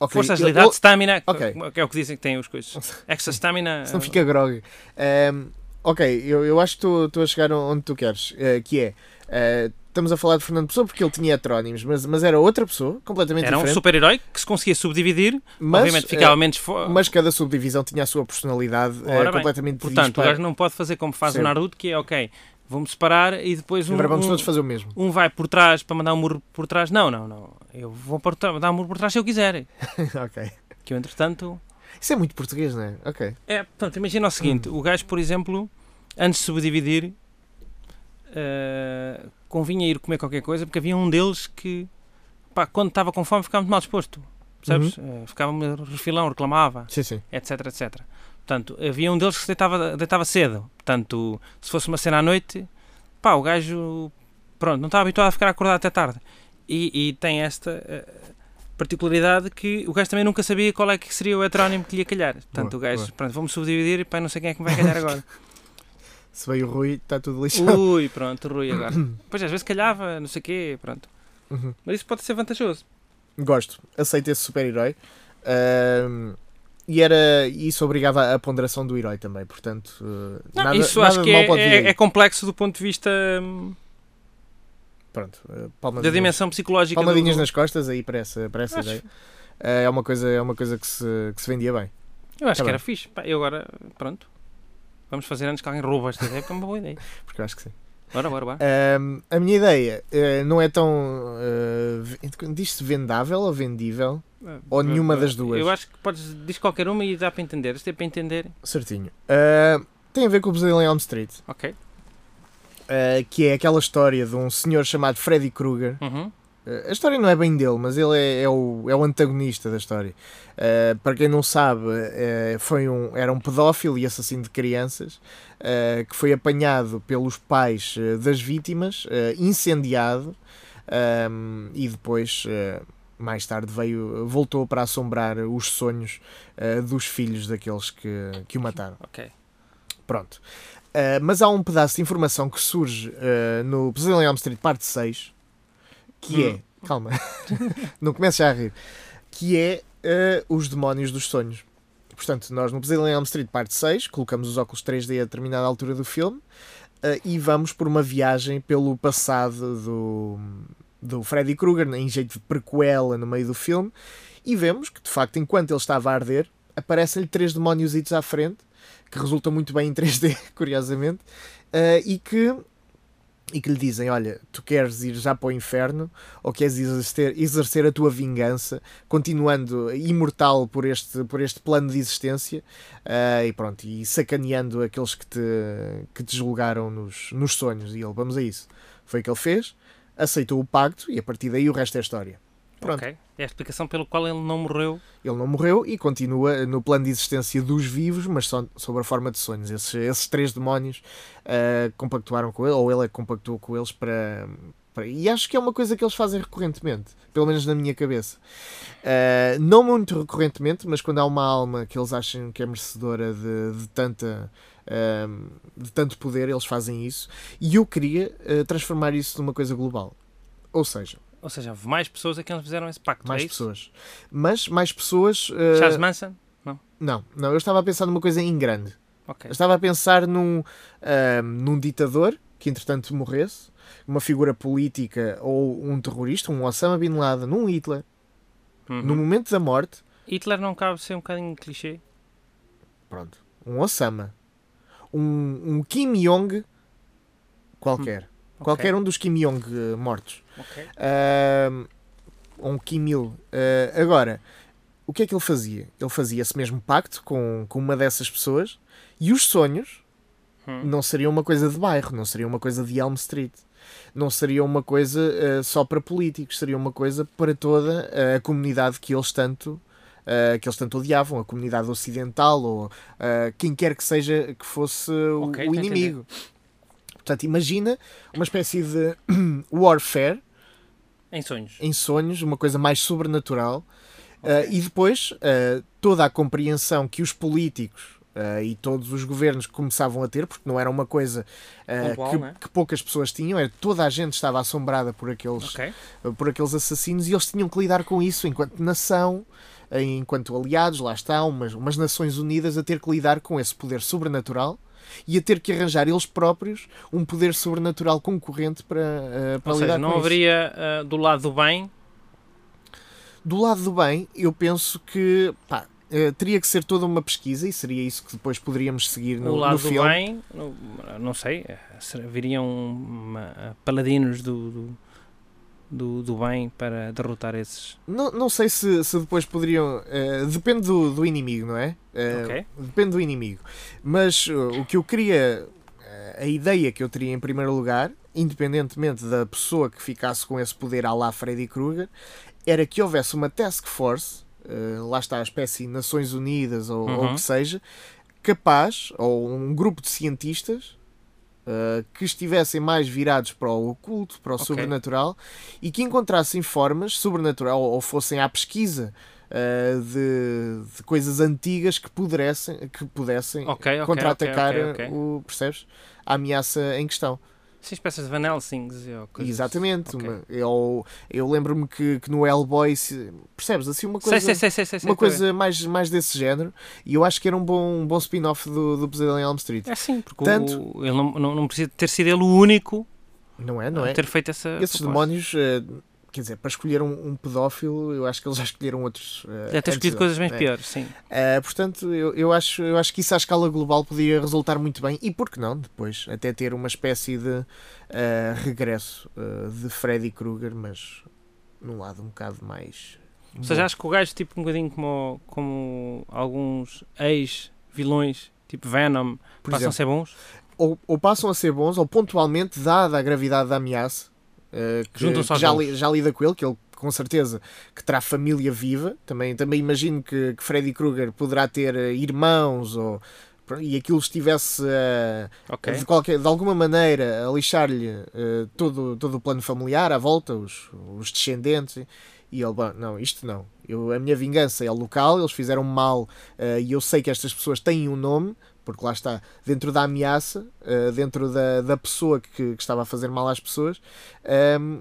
Ok,
Força,
eu-
agilidade, stamina,
ok.
que é o que dizem que têm
*laughs*
os coisas. Extra stamina. eh,
Se não fica grog. Ahm, ok, eu, eu acho que estou- estou a chegar onde tu queres, eh, que é. eh, estamos a falar de Fernando Pessoa porque ele tinha heterónimos, mas, mas era outra pessoa, completamente
Era um
diferente.
super-herói que se conseguia subdividir,
mas,
obviamente
eh,
ficava menos fo...
mas cada subdivisão tinha a sua personalidade eh,
Ora bem,
completamente
Portanto, o
dispar.
gajo não pode fazer como faz o
Percebo.
Naruto, que é ok, vamos separar e depois um,
Agora vamos
um-
todos fazer o
*laughs*
mesmo.
um vai por trás para mandar um murro por trás. Não, não, não. Eu vou por trás- dar um murro por trás se eu quiser.
ok.
Que eu, entretanto.
Isso é muito português, não é? Ok.
É, portanto, imagina o seguinte: o gajo, por exemplo, antes de subdividir, eh, convinha ir comer qualquer coisa, porque havia um deles que, pá, quando estava com fome, ficava muito mal disposto. Percebes?
Uhum.
Eh, ficava-me refilão, reclamava.
Sim, sim.
etc, etc. Portanto, havia um deles que se deitava, deitava cedo. Portanto, se fosse uma cena à noite, pá, o gajo, pronto, não estava habituado a ficar acordado até tarde. E, e tem esta eh, particularidade que o gajo também nunca sabia qual é que seria o heterónimo que lhe ia calhar. Portanto,
Boa,
o gajo,
boa.
pronto, vamos subdividir e pá, não sei quem é que me vai
*laughs*
calhar agora.
Se veio o Rui, está tudo lixado.
Ui, pronto, Rui agora. Pois às vezes calhava, não sei o quê, pronto.
Uhum.
Mas isso pode ser vantajoso.
*laughs* Gosto, aceito esse super-herói. Ahm, e era e isso obrigava à ponderação do herói também, portanto, eh,
Não,
nada,
isso
nada
acho
de
que
mal
é,
pode vir
é-
aí.
é complexo do ponto de vista hum,
Pronto, eh, palma
da
de Deus.
dimensão psicológica. do-
Palmadinhas
do-
nas costas aí para essa, para essa
Acho.
ideia. Eh, É uma coisa, é uma coisa que, se, que se vendia bem.
Eu acho
Tá
que era
bem.
fixe. Pá, eu agora, pronto. Vamos fazer antes que alguém rouba esta ideia, porque é uma boa ideia.
Porque eu acho que sim.
Bora, bora, bora.
Ahm, a minha ideia eh, não é tão. eh, ve- Diz-se vendável ou vendível? *laughs* Ou nenhuma das duas.
Eu acho que podes diz qualquer uma e dá para entender. Isto é para entender.
Certinho. Ah, tem a ver com o Pesadelo em Elm Street,
Ok.
ah, que é aquela história de um senhor chamado Freddy Krueger.
Uhum.
Ah, a história não é bem dele, mas ele é, é o, é o antagonista da história. Ah, para quem não sabe, ah, foi um, era um pedófilo e assassino de crianças ah, que foi apanhado pelos pais ah, das vítimas, ah, incendiado ah, e depois. ah, mais tarde veio, voltou para assombrar os sonhos ah, dos filhos daqueles que, que o mataram.
Ok.
Pronto. Uh, mas há um pedaço de informação que surge uh, no Pesadelo em Elm Street, parte 6, que
Hum.
é. Calma, *laughs* não comeces já a rir. Que é uh, os demónios dos sonhos. Portanto, nós no Pesadelo em Elm Street, parte 6, colocamos os óculos 3D a determinada altura do filme uh, e vamos por uma viagem pelo passado do, do Freddy Krueger, em jeito de prequela no meio do filme, e vemos que, de facto, enquanto ele estava a arder, aparecem-lhe três demóniositos à *laughs* frente que resultam muito bem em 3D, curiosamente, eh, e que e que lhe dizem: Olha, tu queres ir já para o inferno ou queres exercer, exercer a tua vingança, continuando imortal por este, por este plano de existência ah, e pronto, e sacaneando aqueles que te, que te julgaram nos, nos sonhos. E ele, vamos a isso. Foi o que ele fez, aceitou o pacto e a partir daí o resto é história. Pronto.
Ok. É a explicação pelo qual ele não morreu.
Ele não morreu e continua no plano de existência dos vivos, mas só sobre a forma de sonhos. Esses, esses três demónios ah, compactuaram com ele, ou ele é que compactuou com eles para, para- E acho que é uma coisa que eles fazem recorrentemente, pelo menos na minha cabeça. Ah, não muito recorrentemente, mas quando há uma alma que eles acham que é merecedora de, de tanta. ah, de tanto poder, eles fazem isso e eu queria ah, transformar isso numa coisa global. Ou seja,
Ou seja, houve mais pessoas a quem eles fizeram esse pacto.
mais
é isso?
pessoas. Mas mais pessoas. ah,
Charles Manson?
não, não, eu estava a pensar numa coisa em grande.
Ok.
Eu estava a pensar num, ahm, num ditador que entretanto morresse, uma figura política ou um terrorista, um Osama Bin Laden, um Hitler,
Uhum.
no momento da morte,
Hitler não cabe ser um bocadinho clichê?
pronto, um Osama, um, um Kim Jong qualquer,
Ok.
qualquer um dos Kim Jong eh, mortos.
Ok.
Ahm, um Kimil. Ah, agora, o que é que ele fazia? Ele fazia esse mesmo pacto com, com uma dessas pessoas e os sonhos
Hum.
não seriam uma coisa de bairro, não seria uma coisa de Elm Street, não seria uma coisa ah, só para políticos, seria uma coisa para toda eh, a comunidade que eles tanto. ah, que eles tanto odiavam, a comunidade ocidental ou ah, quem quer que seja que fosse o- o
Ok, estou a entender.
inimigo. Portanto, imagina uma espécie de *clears throat* warfare
Em sonhos.
em sonhos, uma coisa mais sobrenatural. Ah, e depois ah, toda a compreensão que os políticos ah, e todos os governos começavam a ter, porque não era uma coisa ah,
Pontual,
que,
não é?
que poucas pessoas tinham, era toda a gente estava assombrada por aqueles, ah,
Ok.
por aqueles assassinos e eles tinham que lidar com isso enquanto nação, eh, enquanto aliados, lá está, umas, umas Nações Unidas a ter que lidar com esse poder sobrenatural e a ter que arranjar eles próprios um poder sobrenatural concorrente para, ah, para
Ou
lidar
seja, não
com isso
haveria ah, do lado do bem
do lado do bem, eu penso que pá, eh, teria que ser toda uma pesquisa e seria isso que depois poderíamos seguir no,
o lado
no
do
filme.
bem, no- não sei, eh, será- viriam uma- paladinos do, do, do, do bem para derrotar esses.
Não, não sei se, se depois poderiam. eh, depende do, do inimigo, não é? Eh,
Ok.
Depende do inimigo. Mas eh, o que eu queria. eh, a ideia que eu teria em primeiro lugar, independentemente da pessoa que ficasse com esse poder à lá Freddy Krueger, era que houvesse uma task force, eh, lá está a espécie Nações Unidas ou, ou o
Uhum.
que seja, capaz, ou um grupo de cientistas eh, que estivessem mais virados para o oculto, para o
Ok.
sobrenatural e que encontrassem formas sobrenatural ou fossem à pesquisa eh, de, de coisas antigas que pudessem, que pudessem
Ok, ok.
contra-atacar
ok, ok, ok.
o, percebes? A ameaça em questão.
Sim, espécies de Van Helsings. ou coisas-
Exatamente.
ok.
Uma- eu eu lembro-me que, que no Hellboy, se- percebes? Assim, uma coisa
Sei, sei, sei, sei, sei, sei,
uma
estou a ver.
coisa mais, mais desse género e eu acho que era um bom, um bom spin-off do, do Pesadelo em Elm Street.
É sim, porque
Tanto-
o- ele não, não, não precisa ter sido ele o único
Não é? Não é?
a ter feito essa.
Esses
proposta.
demónios, eh, quer dizer, para escolher um, um pedófilo, eu acho que eles já escolheram outros. eh,
Deve ter
antes
escolhido
dele,
coisas bem
não é?
piores, sim.
Eh, portanto, eu, eu, acho, eu acho que isso à escala global podia resultar muito bem e, por que não, depois, até ter uma espécie de eh, regresso eh, de Freddy Krueger, mas num lado um bocado mais.
Ou seja,
bom.
acho que o gajo, tipo, um bocadinho como, como alguns ex-vilões, tipo Venom,
Por
passam a ser bons,
ou, ou passam a ser bons, ou pontualmente, dada a gravidade da ameaça, eh, que,
Juntam-se
que
aos
já,
bons.
li- já lida com ele, que ele com certeza que terá família viva. Também, também imagino que, que Freddy Krueger poderá ter eh, irmãos ou e aquilo estivesse eh,
ok?
de, qualquer, de alguma maneira a lixar-lhe eh, todo, todo o plano familiar à volta, os, os descendentes. E ele, "Bom, não, isto não. Eu, a minha vingança é local, eles fizeram mal eh, e eu sei que estas pessoas têm um nome, porque lá está, dentro da ameaça, eh, dentro da, da pessoa que, que estava a fazer mal às pessoas, ehm,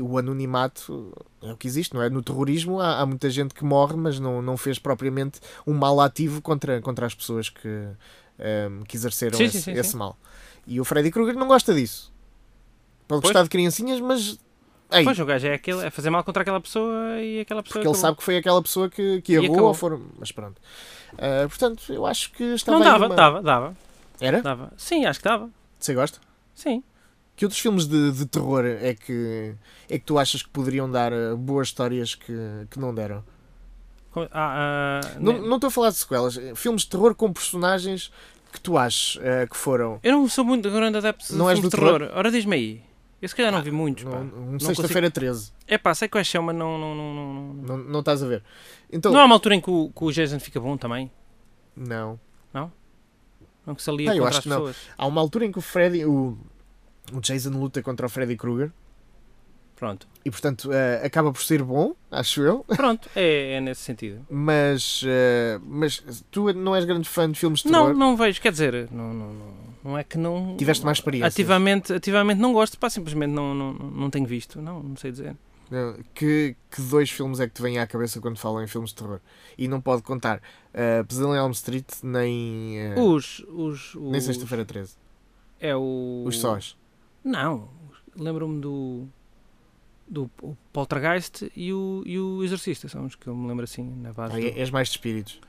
o anonimato é o que existe, não é? No terrorismo há, há muita gente que morre, mas não, não fez propriamente um mal ativo contra, contra as pessoas que, ehm, que exerceram
Sim,
esse,
sim, sim,
esse
sim.
mal. E o Freddy Krueger não gosta disso. Pode
Pois.
gostar de criancinhas, mas. Ei,
Pois o gajo é, aquele, é fazer mal contra aquela pessoa e aquela pessoa.
porque ele
acabou.
sabe que foi aquela pessoa que, que errou
acabou.
ou foram. Mas pronto. Ah, portanto, eu acho que estava
Não
aí
dava,
uma-
dava, dava,
Era?
dava. Sim, acho que dava.
Você gosta?
Sim.
Que outros filmes de, de terror é que, é que tu achas que poderiam dar eh, boas histórias que, que não deram?
Co- Ah, ah,
Não
ne-
não estou a falar de sequelas, eh, filmes de terror com personagens que tu achas eh, que foram.
Eu não sou muito grande adepto de
Não és
filmes de
do Ah,
terror. Ora, diz-me aí. Eu se calhar não vi muitos, pá.
Um, um sexta-feira 13,
É pá, sei quais são, mas não... Não, não, não, não.
não, não estás a ver? Então,
não há uma altura em que o, que o Jason fica bom também?
não.
Não que se alia
Não, eu
contra
acho
as
que não.
pessoas?
Há uma altura em que o Freddy, o, o Jason luta contra o Freddy Krueger
Pronto.
e, portanto, eh, acaba por ser bom, acho eu.
Pronto, é, é nesse sentido.
Mas, eh, mas tu não és grande fã de filmes de
Não,
terror?
não vejo. Quer dizer, não, não, não, não é que não...
Tiveste mais experiência?
Ativamente, ativamente não gosto, pá, simplesmente não, não, não tenho visto, não, não sei dizer.
Não, Eh, Que, que dois filmes é que te vêm à cabeça quando falam em filmes de terror? E não pode contar eh, Pesadelo em Elm Street nem, eh,
Os, os,
nem
os-
Sexta-feira 13.
É o...
Os sós.
Não, lembro-me do, do o Poltergeist e o, e o Exorcista, são os que eu me lembro assim, na base.
Ah,
do-
é- és mais de espíritos.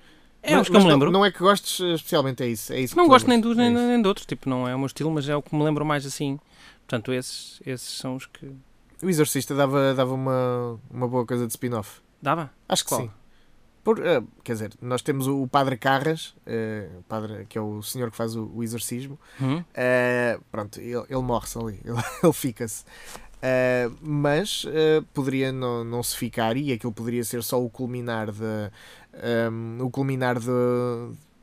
É,
Mas-
os que eu
mas
me
não-
lembro. Não,
Não é que gostes eh, especialmente, é isso. É isso que te
gosto nem
lembras,
dos
é
nem,
isso.
nem de outros, tipo, não é o meu estilo, mas é o que me lembro mais assim. Portanto, esses, esses são os que.
O Exorcista dava, dava uma, uma boa coisa de spin-off.
Dava?
Acho que
Qual?
sim. Por, eh, quer dizer, nós temos o, o Padre Carras, eh, o padre, que é o senhor que faz o, o exorcismo.
Hum?
Eh, pronto, ele, ele morre-se ali, *laughs* ele, ele fica-se. Eh, mas eh, poderia não, não se ficar e aquilo poderia ser só o culminar de, ehm, o culminar de,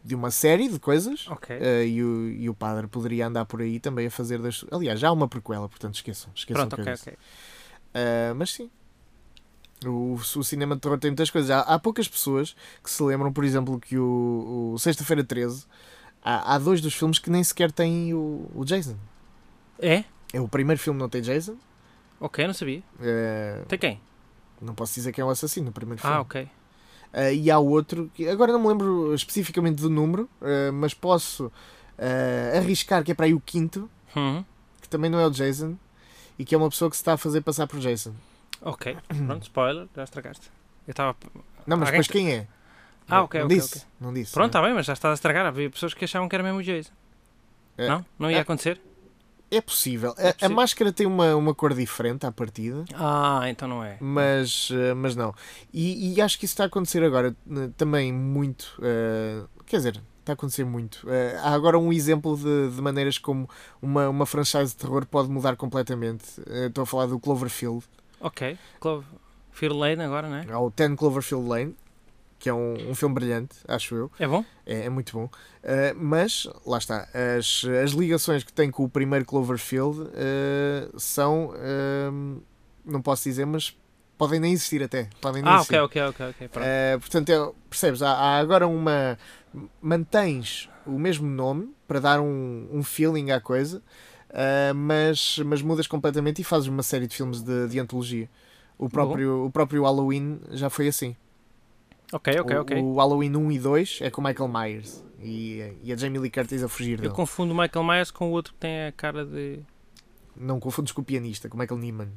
de uma série de coisas.
Ok.
Eh, e, o, e o padre poderia andar por aí também a fazer das. su- Aliás, já há uma prequela, portanto esqueçam. esqueçam
Pronto,
o que eu
ok,
disse.
ok.
Ah, mas sim. O, o cinema de terror tem muitas coisas. Há, há poucas pessoas que se lembram, por exemplo, que o, o Sexta-feira 13 há, há dois dos filmes que nem sequer têm o, o Jason.
É?
É o primeiro filme que não tem Jason.
Ok, não sabia.
Ah,
Tem quem?
não posso dizer quem é o assassino no primeiro filme.
Ah, ok.
Ah, e há outro que agora não me lembro especificamente do número, ah, mas posso ah, arriscar que é para aí o quinto,
Hum,
que também não é o Jason, e que é uma pessoa que se está a fazer passar por Jason.
Ok. Pronto, spoiler, já estragaste. Eu estava.
Não, mas
Alguém
depois
que-
quem é?
Ah,
Não-
ok,
não
ok,
disse,
ok.
não disse.
Pronto, está bem, mas já estás a estragar. Havia pessoas que achavam que era mesmo o Jason.
É.
Não? Não ia
É.
acontecer?
É possível. A-
É
A,
possível.
máscara tem uma, uma cor diferente à partida,
Ah, então não é.
mas, eh, mas não. E, e acho que isso está a acontecer agora eh, também muito. eh, quer dizer, está a acontecer muito. Eh, há agora um exemplo de, de maneiras como uma, uma franchise de terror pode mudar completamente. Eh, Estou a falar do Cloverfield.
Ok. Clove. Fear Lane agora, não é?
Há o Ten Cloverfield Lane, que é um, um filme brilhante, acho eu.
É bom?
É, é muito bom. Uh, mas, lá está, as, as ligações que tem com o primeiro Cloverfield uh, são. um, não posso dizer, mas podem nem existir até. Podem nem
Ah,
existir.
ok, ok, ok, ok. Pronto.
Uh, portanto, é- percebes? Há, há agora uma. Mantens o mesmo nome para dar um, um feeling à coisa, uh, mas, mas mudas completamente e fazes uma série de filmes de, de antologia. O próprio, o próprio Halloween já foi assim.
ok, ok,
O-
ok.
O Halloween 1 e 2 é com o Michael Myers e, e a Jamie Lee Curtis a fugir
Eu
dele.
confundo o Michael Myers com o outro que tem a cara de.
Não confundes com o pianista, com o Michael Neiman.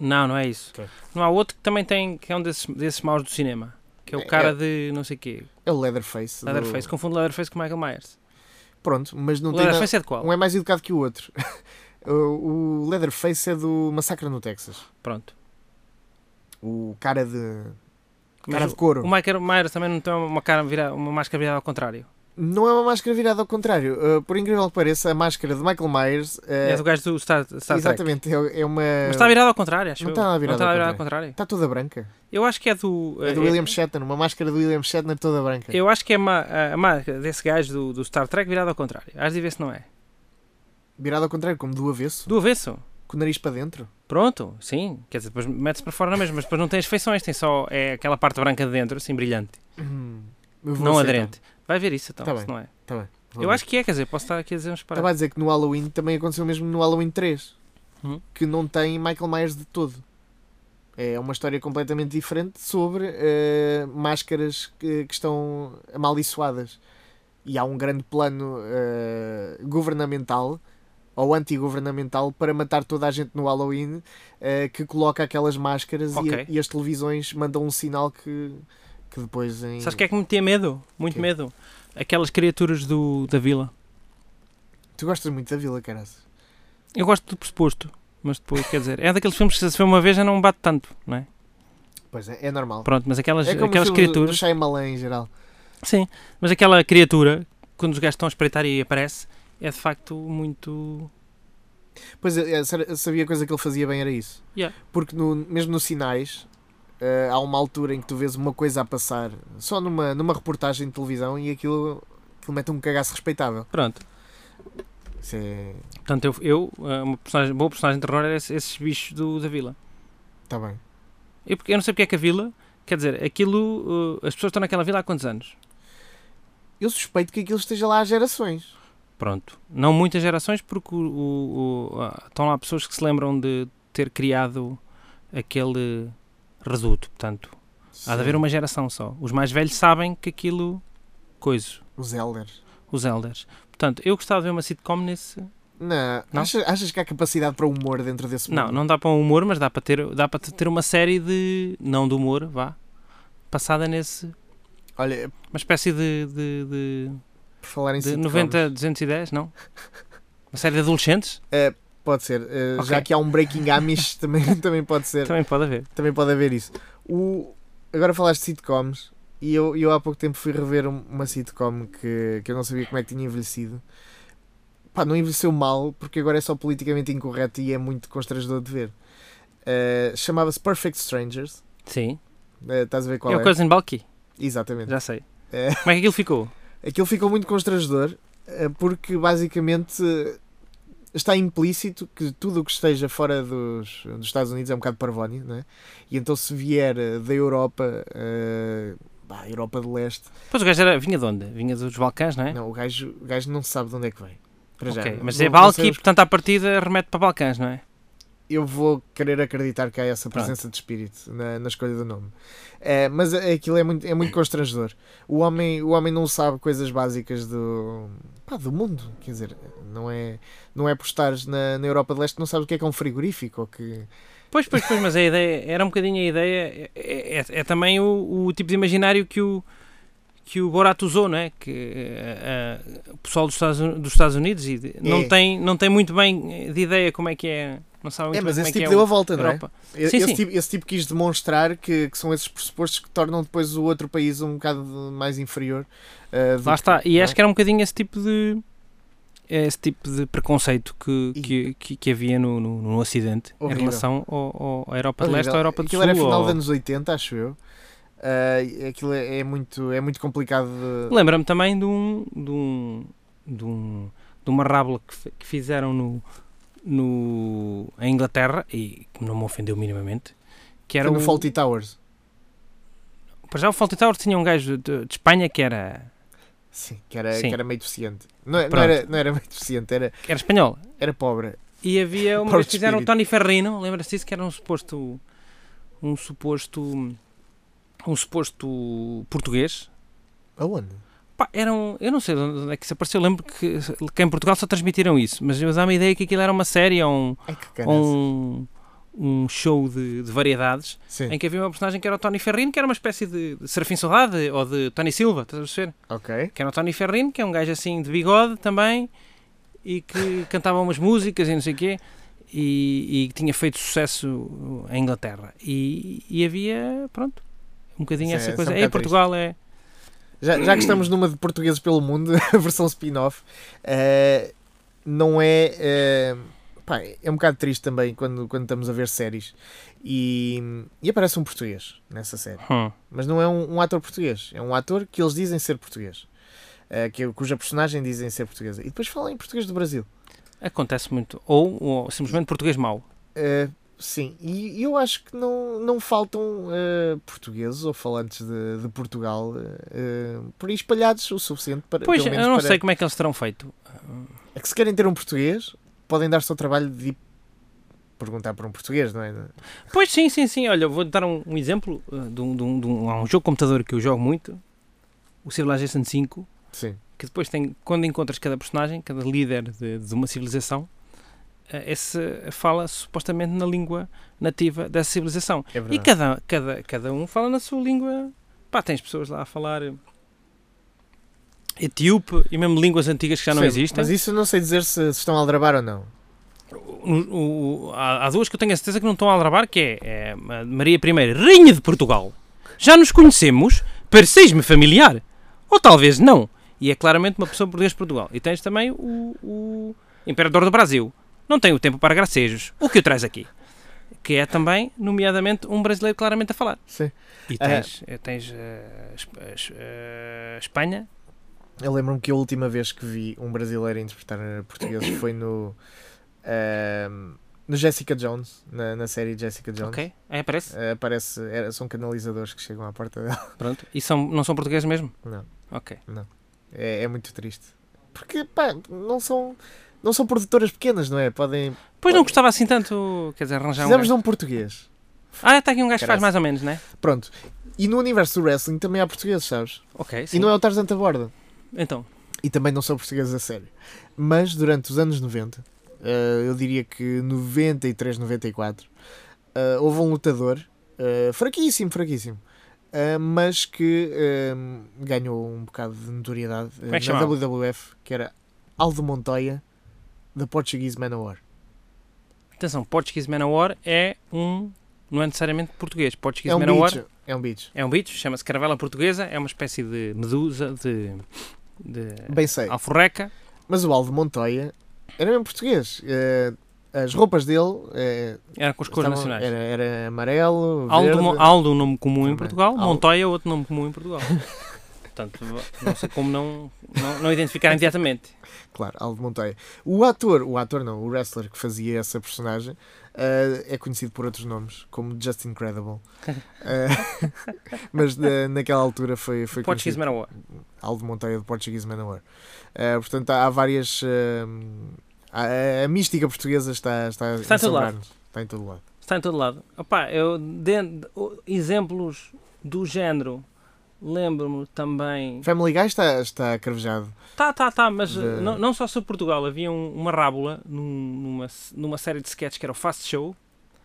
Não, não é isso.
Ok.
Não há outro que também tem. que é um desses, desses maus do cinema. Que é
É-
o cara de não sei quê.
É o Leatherface. do-
Leatherface. Confundo Leatherface com Michael Myers.
Pronto, mas não
O
tem nada...
Leatherface é de qual?
Um é mais educado que o outro. *laughs* o o Leatherface é do Massacre no Texas.
Pronto.
O cara de.
Mas
Cara de
o-
couro.
o Michael Myers também não tem uma, cara virada, uma máscara virada ao contrário.
Não é uma máscara virada ao contrário. Uh, por incrível que pareça, a máscara de Michael Myers. uh,
É, do gajo do Star, Star Trek.
exatamente, é, é uma.
Mas está virada ao contrário, acho
Não
eu.
está virada
não está
ao
virada ao contrário.
Está toda branca.
Eu acho que é do.
É do
é-
William Shatner, uma máscara do William Shatner toda branca.
Eu acho que é ma- a a marca desse gajo do, do Star Trek virada ao contrário. Hás de ver se não é.
Virada ao contrário, como do avesso,
Do avesso.
com o nariz para dentro.
Pronto, sim. Quer dizer, depois mete-se para fora mesmo, mas depois não tem as feições, tem só é, aquela parte branca de dentro, assim, brilhante.
Hum, eu vou
não
aceitar.
aderente. Vai ver isso então,
Tá
se
bem.
não é.
Tá bem.
Eu acho que é, quer dizer, posso estar aqui a dizer uns
Estava a
paradas.
dizer que no Halloween também aconteceu mesmo no Halloween 3,
Hum.
que não tem Michael Myers de todo. É uma história completamente diferente sobre eh, máscaras que, que estão amaldiçoadas. E há um grande plano eh, governamental ou antigovernamental para matar toda a gente no Halloween eh, que coloca aquelas máscaras e-
Ok.
e, as televisões mandam um sinal que, que depois em.
Sabes o que é que me tinha medo? Muito
Quê?
medo. Aquelas criaturas do, da vila.
Tu gostas muito da vila, caras.
Eu gosto do pressuposto, mas depois, quer dizer, é daqueles filmes que se vê uma vez já não bate tanto, não é?
Pois é, é normal.
Pronto, mas aquelas,
é como
aquelas
o filme do- do
criaturas.
Shyamalan em geral.
Sim, mas aquela criatura, quando os gajos estão a espreitar e aparece, é de facto muito.
Pois é, é, sério, eu sabia a coisa que ele fazia bem era isso.
Yeah.
Porque no- mesmo nos sinais eh, há uma altura em que tu vês uma coisa a passar só numa, numa reportagem de televisão e aquilo, aquilo mete um cagaço respeitável.
Pronto.
Isso é.
Portanto, eu, eu eh, uma personagem, boa personagem de terror era esse- esses bichos do, da vila.
Está tá bem.
Eu, porque- eu não sei porque é que a vila, quer dizer, aquilo, eh, as pessoas estão naquela vila há quantos anos?
Eu suspeito que aquilo esteja lá há gerações.
Pronto. Não muitas gerações, porque o, o- o- ah, estão lá pessoas que se lembram de ter criado aquele reduto. Portanto, há de haver um- uma geração só. Os mais velhos sabem que aquilo, coisa,
Os elders.
os elders. Portanto, eu gostava de ver uma sitcom nesse.
Não.
Não?
Achas, achas que há capacidade para humor dentro desse mundo?
Não, não dá para um humor, mas dá para ter, dá para ter uma série de. não de humor, vá. Passada nesse.
Olha,
Uma espécie de. de, de-
por falar em
de
sitcoms,
90, 210, não? Uma série de adolescentes?
Pode ser. eh,
Ok. Então
Já que há um Breaking Amish, *laughs* também, também pode ser.
Também pode haver.
Também pode haver isso. O... Agora falaste de sitcoms e eu, eu há pouco tempo fui rever um- uma sitcom que, que eu não sabia como é que tinha envelhecido. Pá, não envelheceu mal porque agora é só politicamente incorreto e é muito constrangedor de ver. Eh, Chamava-se Perfect Strangers.
Sim.
Eh, estás a ver qual
é
é?
o Cousin Balky,
Exatamente.
já sei.
É.
Como é que aquilo ficou?
Aquilo ficou muito constrangedor eh, porque basicamente eh, está implícito que tudo o que esteja fora dos, dos Estados Unidos é um bocado parvónio, não é? E então se vier eh, da Europa, eh, pá, Europa de Leste,
Pois o gajo era, vinha de onde? Vinha dos Balcãs, não é?
não, o gajo, o gajo não se sabe de onde é que vem. Para já.
Ok, mas
Não-
é
não sei
Balky,
os-
portanto, à partida remete para Balcãs, não é?
Eu vou querer acreditar que há essa
Pronto.
presença de espírito na, na escolha do nome. Eh, mas eh, aquilo é muito, é muito constrangedor. O homem, o homem não sabe coisas básicas do, pá, do mundo. Quer dizer, não é, não é por estares na, na Europa de Leste que não sabes o que é que é um frigorífico. Ou que...
Pois, pois, pois, mas a ideia, era um bocadinho a ideia, é, é- é também o, o tipo de imaginário que o, que o Borat usou, não é? Que eh, eh, o pessoal dos Estados, Uni- dos Estados Unidos e de- não,
É.
tem, não tem muito bem de ideia como é que é, não sabe muito
É, mas
bem
esse
como é
tipo
que
deu
é
a
o-
volta, não é?
Europa.
E-
Sim,
esse,
sim.
Tipo, esse tipo quis demonstrar que, que são esses pressupostos que tornam depois o outro país um bocado mais inferior. eh, do
Lá
que-
está, e
não é?
acho que era um bocadinho esse tipo de esse tipo de preconceito que,
E-
que, que, que havia no, no, no Ocidente
Horrível.
em relação ao, ao, à Europa de Leste ou à
Horrível.
Europa do
aquilo
Sul.
era final
ou-
dos anos 80, acho eu. Ah, e aquilo é, é muito, é muito complicado. de-
Lembra-me também de um de um de, um, de uma rábula que, fi- que fizeram no no em Inglaterra e que não me ofendeu minimamente, que era um-
Foi no
o
Faulty Towers.
Para já o Faulty Tower tinha um gajo de, de Espanha que era
Sim, que era,
Sim.
Que era meio deficiente. Não, é- não
Pronto.
era, não era meio deficiente, era,
que era espanhol.
era pobre. *laughs*
E havia uma
Pobre
vez que fizeram o
espírito.
Tony Ferrino, lembra-se disso que era um suposto um suposto um suposto português.
Aonde?
Pá, eram, eu não sei de onde é que isso apareceu, lembro que, que em Portugal só transmitiram isso, mas eu dá-me a ideia que aquilo era uma série ou um,
Ai que cana.
um, um show de, de variedades
Sim,
em que havia uma personagem que era o Tony Ferrino, que era uma espécie de, de Serafim Saudade ou de Tony Silva, estás a perceber?
ok.
Que era o Tony Ferrino, que é um gajo assim de bigode também e que *laughs* cantava umas músicas e não sei o quê e, e que tinha feito sucesso em Inglaterra. E, e havia, pronto, um bocadinho
Isso é- isso é
essa
um
coisa.
bocado
Ei, Portugal é.
Já, já que estamos numa de portugueses pelo mundo, *laughs* a versão spin-off, eh, não é. eh, pá, é um bocado triste também quando, quando estamos a ver séries e, e aparece um português nessa série.
Hum.
mas não é um, um ator português. É um ator que eles dizem ser português. eh, que, cuja personagem dizem ser portuguesa. E depois falam em português do Brasil.
Acontece muito. Ou, ou simplesmente português mau.
Eh, sim, e eu acho que não, não faltam eh, portugueses ou falantes de, de Portugal eh, por aí espalhados o suficiente para.
Pois,
pelo
eu
menos
não
para-
sei como é que eles terão feito.
é que se querem ter um português, podem dar-se ao trabalho de ir perguntar por um português, não é?
Pois sim, sim, sim. Olha, vou dar um, um exemplo uh, de um, de um- de um- há um jogo de computador que eu jogo muito, o Civilization 5,
Sim.
que depois tem, quando encontras cada personagem, cada líder de, de uma civilização, uh, esse fala supostamente na língua nativa dessa civilização.
É
E
verdade.
cada, cada, cada um fala na sua língua. Pá, tens pessoas lá a falar uh, etíope e mesmo línguas antigas que já não
Percebo,
existem.
Mas isso eu não sei dizer se, se estão a aldrabar ou não.
o- o- há, há duas que eu tenho a certeza que não estão a aldrabar, que é, é a Maria I, Rainha de Portugal. Já nos conhecemos, pareces-me familiar. Ou talvez não. E é claramente uma pessoa portuguesa de Portugal. E tens também o, o Imperador do Brasil. Não tenho tempo para gracejos. O que o traz aqui? Que é também, nomeadamente, um brasileiro claramente a falar.
Sim.
E
Ah.
tens, eh, tens eh, Es- Es- eh, Espanha.
Eu lembro-me que a última vez que vi um brasileiro interpretar
*coughs*
portugueses foi no. ehm, no Jessica Jones, na, na série Jessica Jones.
Ok. É, Aí aparece.
Eh, aparece, era- são canalizadores que chegam à porta dela. *laughs*
Pronto. E são, não são portugueses mesmo?
Não.
Ok.
É, é muito triste. Porque, pá, não são, não são produtoras pequenas, não é? Podem.
Pois não gostava assim tanto, quer dizer, arranjar um
Precisamos de
gajo-
um português.
Ah, está aqui um gajo que
Caraca.
faz mais ou menos, né?
Pronto. E no universo do wrestling também há portugueses, sabes?
Ok,
E
sim.
não é o Tarzan da Borda.
Então,
e também não são portugueses a sério. Mas durante os anos 90, eh, eu diria que 93, 94, eh, houve um lutador, eh, fraquíssimo, fraquíssimo, eh, mas que eh, ganhou um bocado de notoriedade eh,
Como é que
na
chamava?
WWF, que era Aldo Montoya, da Portuguese Manowar.
atenção, Portuguese Manowar é um, não é necessariamente português, Portuguese
É um
Manowar
bicho, é um bicho.
é um bicho, chama-se caravela portuguesa, é uma espécie de medusa, de, de
Bem sei.
alforreca.
Mas o Aldo Montoya era mesmo português. eh, as roupas dele eh,
Era com as cores
estavam-
nacionais.
era, era amarelo,
Aldo,
verde.
Mo- Aldo, um nome comum em
Também.
Portugal,
Aldo.
Montoya é outro nome comum
*laughs*
em Portugal. Portanto, não sei como não, não, não identificar imediatamente.
Claro, Aldo Montoya. O ator, o ator não, o wrestler que fazia essa personagem eh, é conhecido por outros nomes, como Justin
*laughs*
Credible. mas na- naquela altura foi, foi
Portuguese
conhecido
Manowar.
Aldo Montoya de Portuguese Manowar. Eh, portanto, há, há várias. eh, há- eh, a, a mística portuguesa está, está,
Está em todo lado.
ensombrar-nos. Está em todo lado.
Está em todo lado. Opá, eu, den- o- exemplos do género, lembro-me também.
Family Guy está, está cravejado.
Tá, tá, tá, mas
De-
eh, não, não só sobre Portugal. Havia um- uma rábula num- numa, numa série de sketches que era o Fast Show.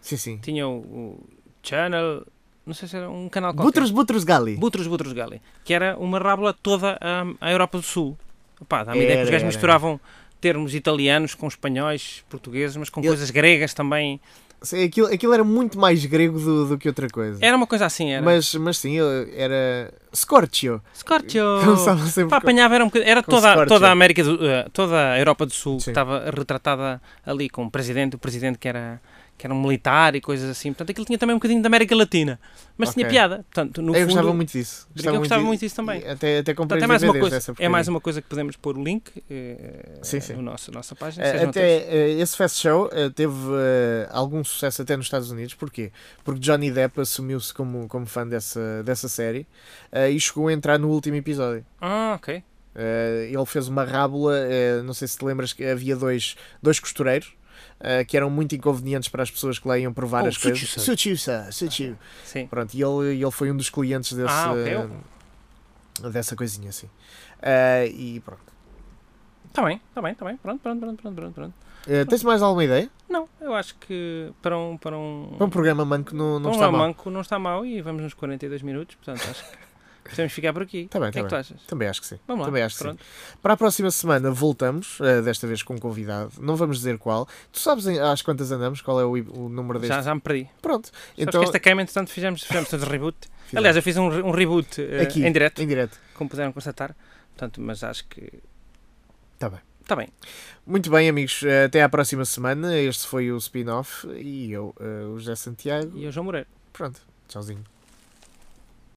Sim, sim.
Tinha o, o Channel, não sei se era um canal qualquer.
Butros Butros Gali.
Butros Butros Gali, que era uma rábula toda a, a Europa do Sul. Opá, dá-me a ideia que os
Era,
gajos
era.
misturavam termos italianos com espanhóis, portugueses, mas com
Eu-
coisas gregas também.
Sim, Aquilo, aquilo era muito mais grego do, do que outra coisa.
Era uma coisa assim, era.
Mas, mas sim, ele era. Scorchio.
Scorchio!
Começava sempre
Pá,
com-
apanhava era um bocadinho- era
com
toda,
Scorcher.
toda a América do- eh, toda a Europa do Sul que
Sim.
estava retratada ali com o presidente, o presidente que era que era um militar e coisas assim. Portanto, aquilo tinha também um bocadinho da América Latina, mas tinha
Ok.
piada. Portanto, no
eu
fundo,
gostava muito disso.
eu gostava muito disso também.
E Até, até comprei
Portanto, é mais uma
DVDs
coisa,
dessa
é
porcaria.
mais uma coisa que podemos pôr o link eh,
Sim, sim.
no nosso nossa página,
Eh,
sejam
Até
atentos.
eh, esse Fast Show eh, teve eh, algum sucesso até nos Estados Unidos, porquê? Porque Johnny Depp assumiu-se como, como fã dessa, dessa série eh, e chegou a entrar no último episódio.
Ah, OK.
Eh, ele fez uma rábula, eh, não sei se te lembras que havia dois, dois costureiros eh, que eram muito inconvenientes para as pessoas que lá iam provar
Oh,
as coisas.
Suchu, sir.
Suchu, sir, Suchu.
Sim.
Pronto, e ele, ele foi um dos clientes desse,
Ah, ok,
dessa coisinha assim. Eh, e pronto.
Está Tá bem, está bem, está bem. Pronto, pronto, pronto, pronto, pronto, pronto.
Eh, tens mais alguma ideia?
Não, eu acho que para um para um
Para um programa manco não, não
para um
está mal.
manco não está mal e vamos nos 42 minutos, portanto, acho
*laughs*
que podemos ficar por aqui.
Tá bem,
o que é
tá
que tu achas?
Também acho que sim.
Vamos lá.
Também acho que
Pronto.
Para a próxima semana voltamos, eh, desta vez com um convidado. Não vamos dizer qual. Tu sabes em- às quantas andamos, qual é o, i- o número deste?
Já, já me perdi.
Pronto.
Sabes
Então,
que esta queima, entretanto, fizemos, fizemos todos reboot.
fizemos.
Aliás, eu fiz um, re- um reboot eh,
Aqui.
em direto,
em direto.
como puderam constatar. Portanto, mas acho que
Tá bem.
está bem.
Muito bem, amigos. eh, Até à próxima semana. Este foi o spin-off e eu, eh, o José Santiago.
E eu, João Moreira.
Pronto. Tchauzinho.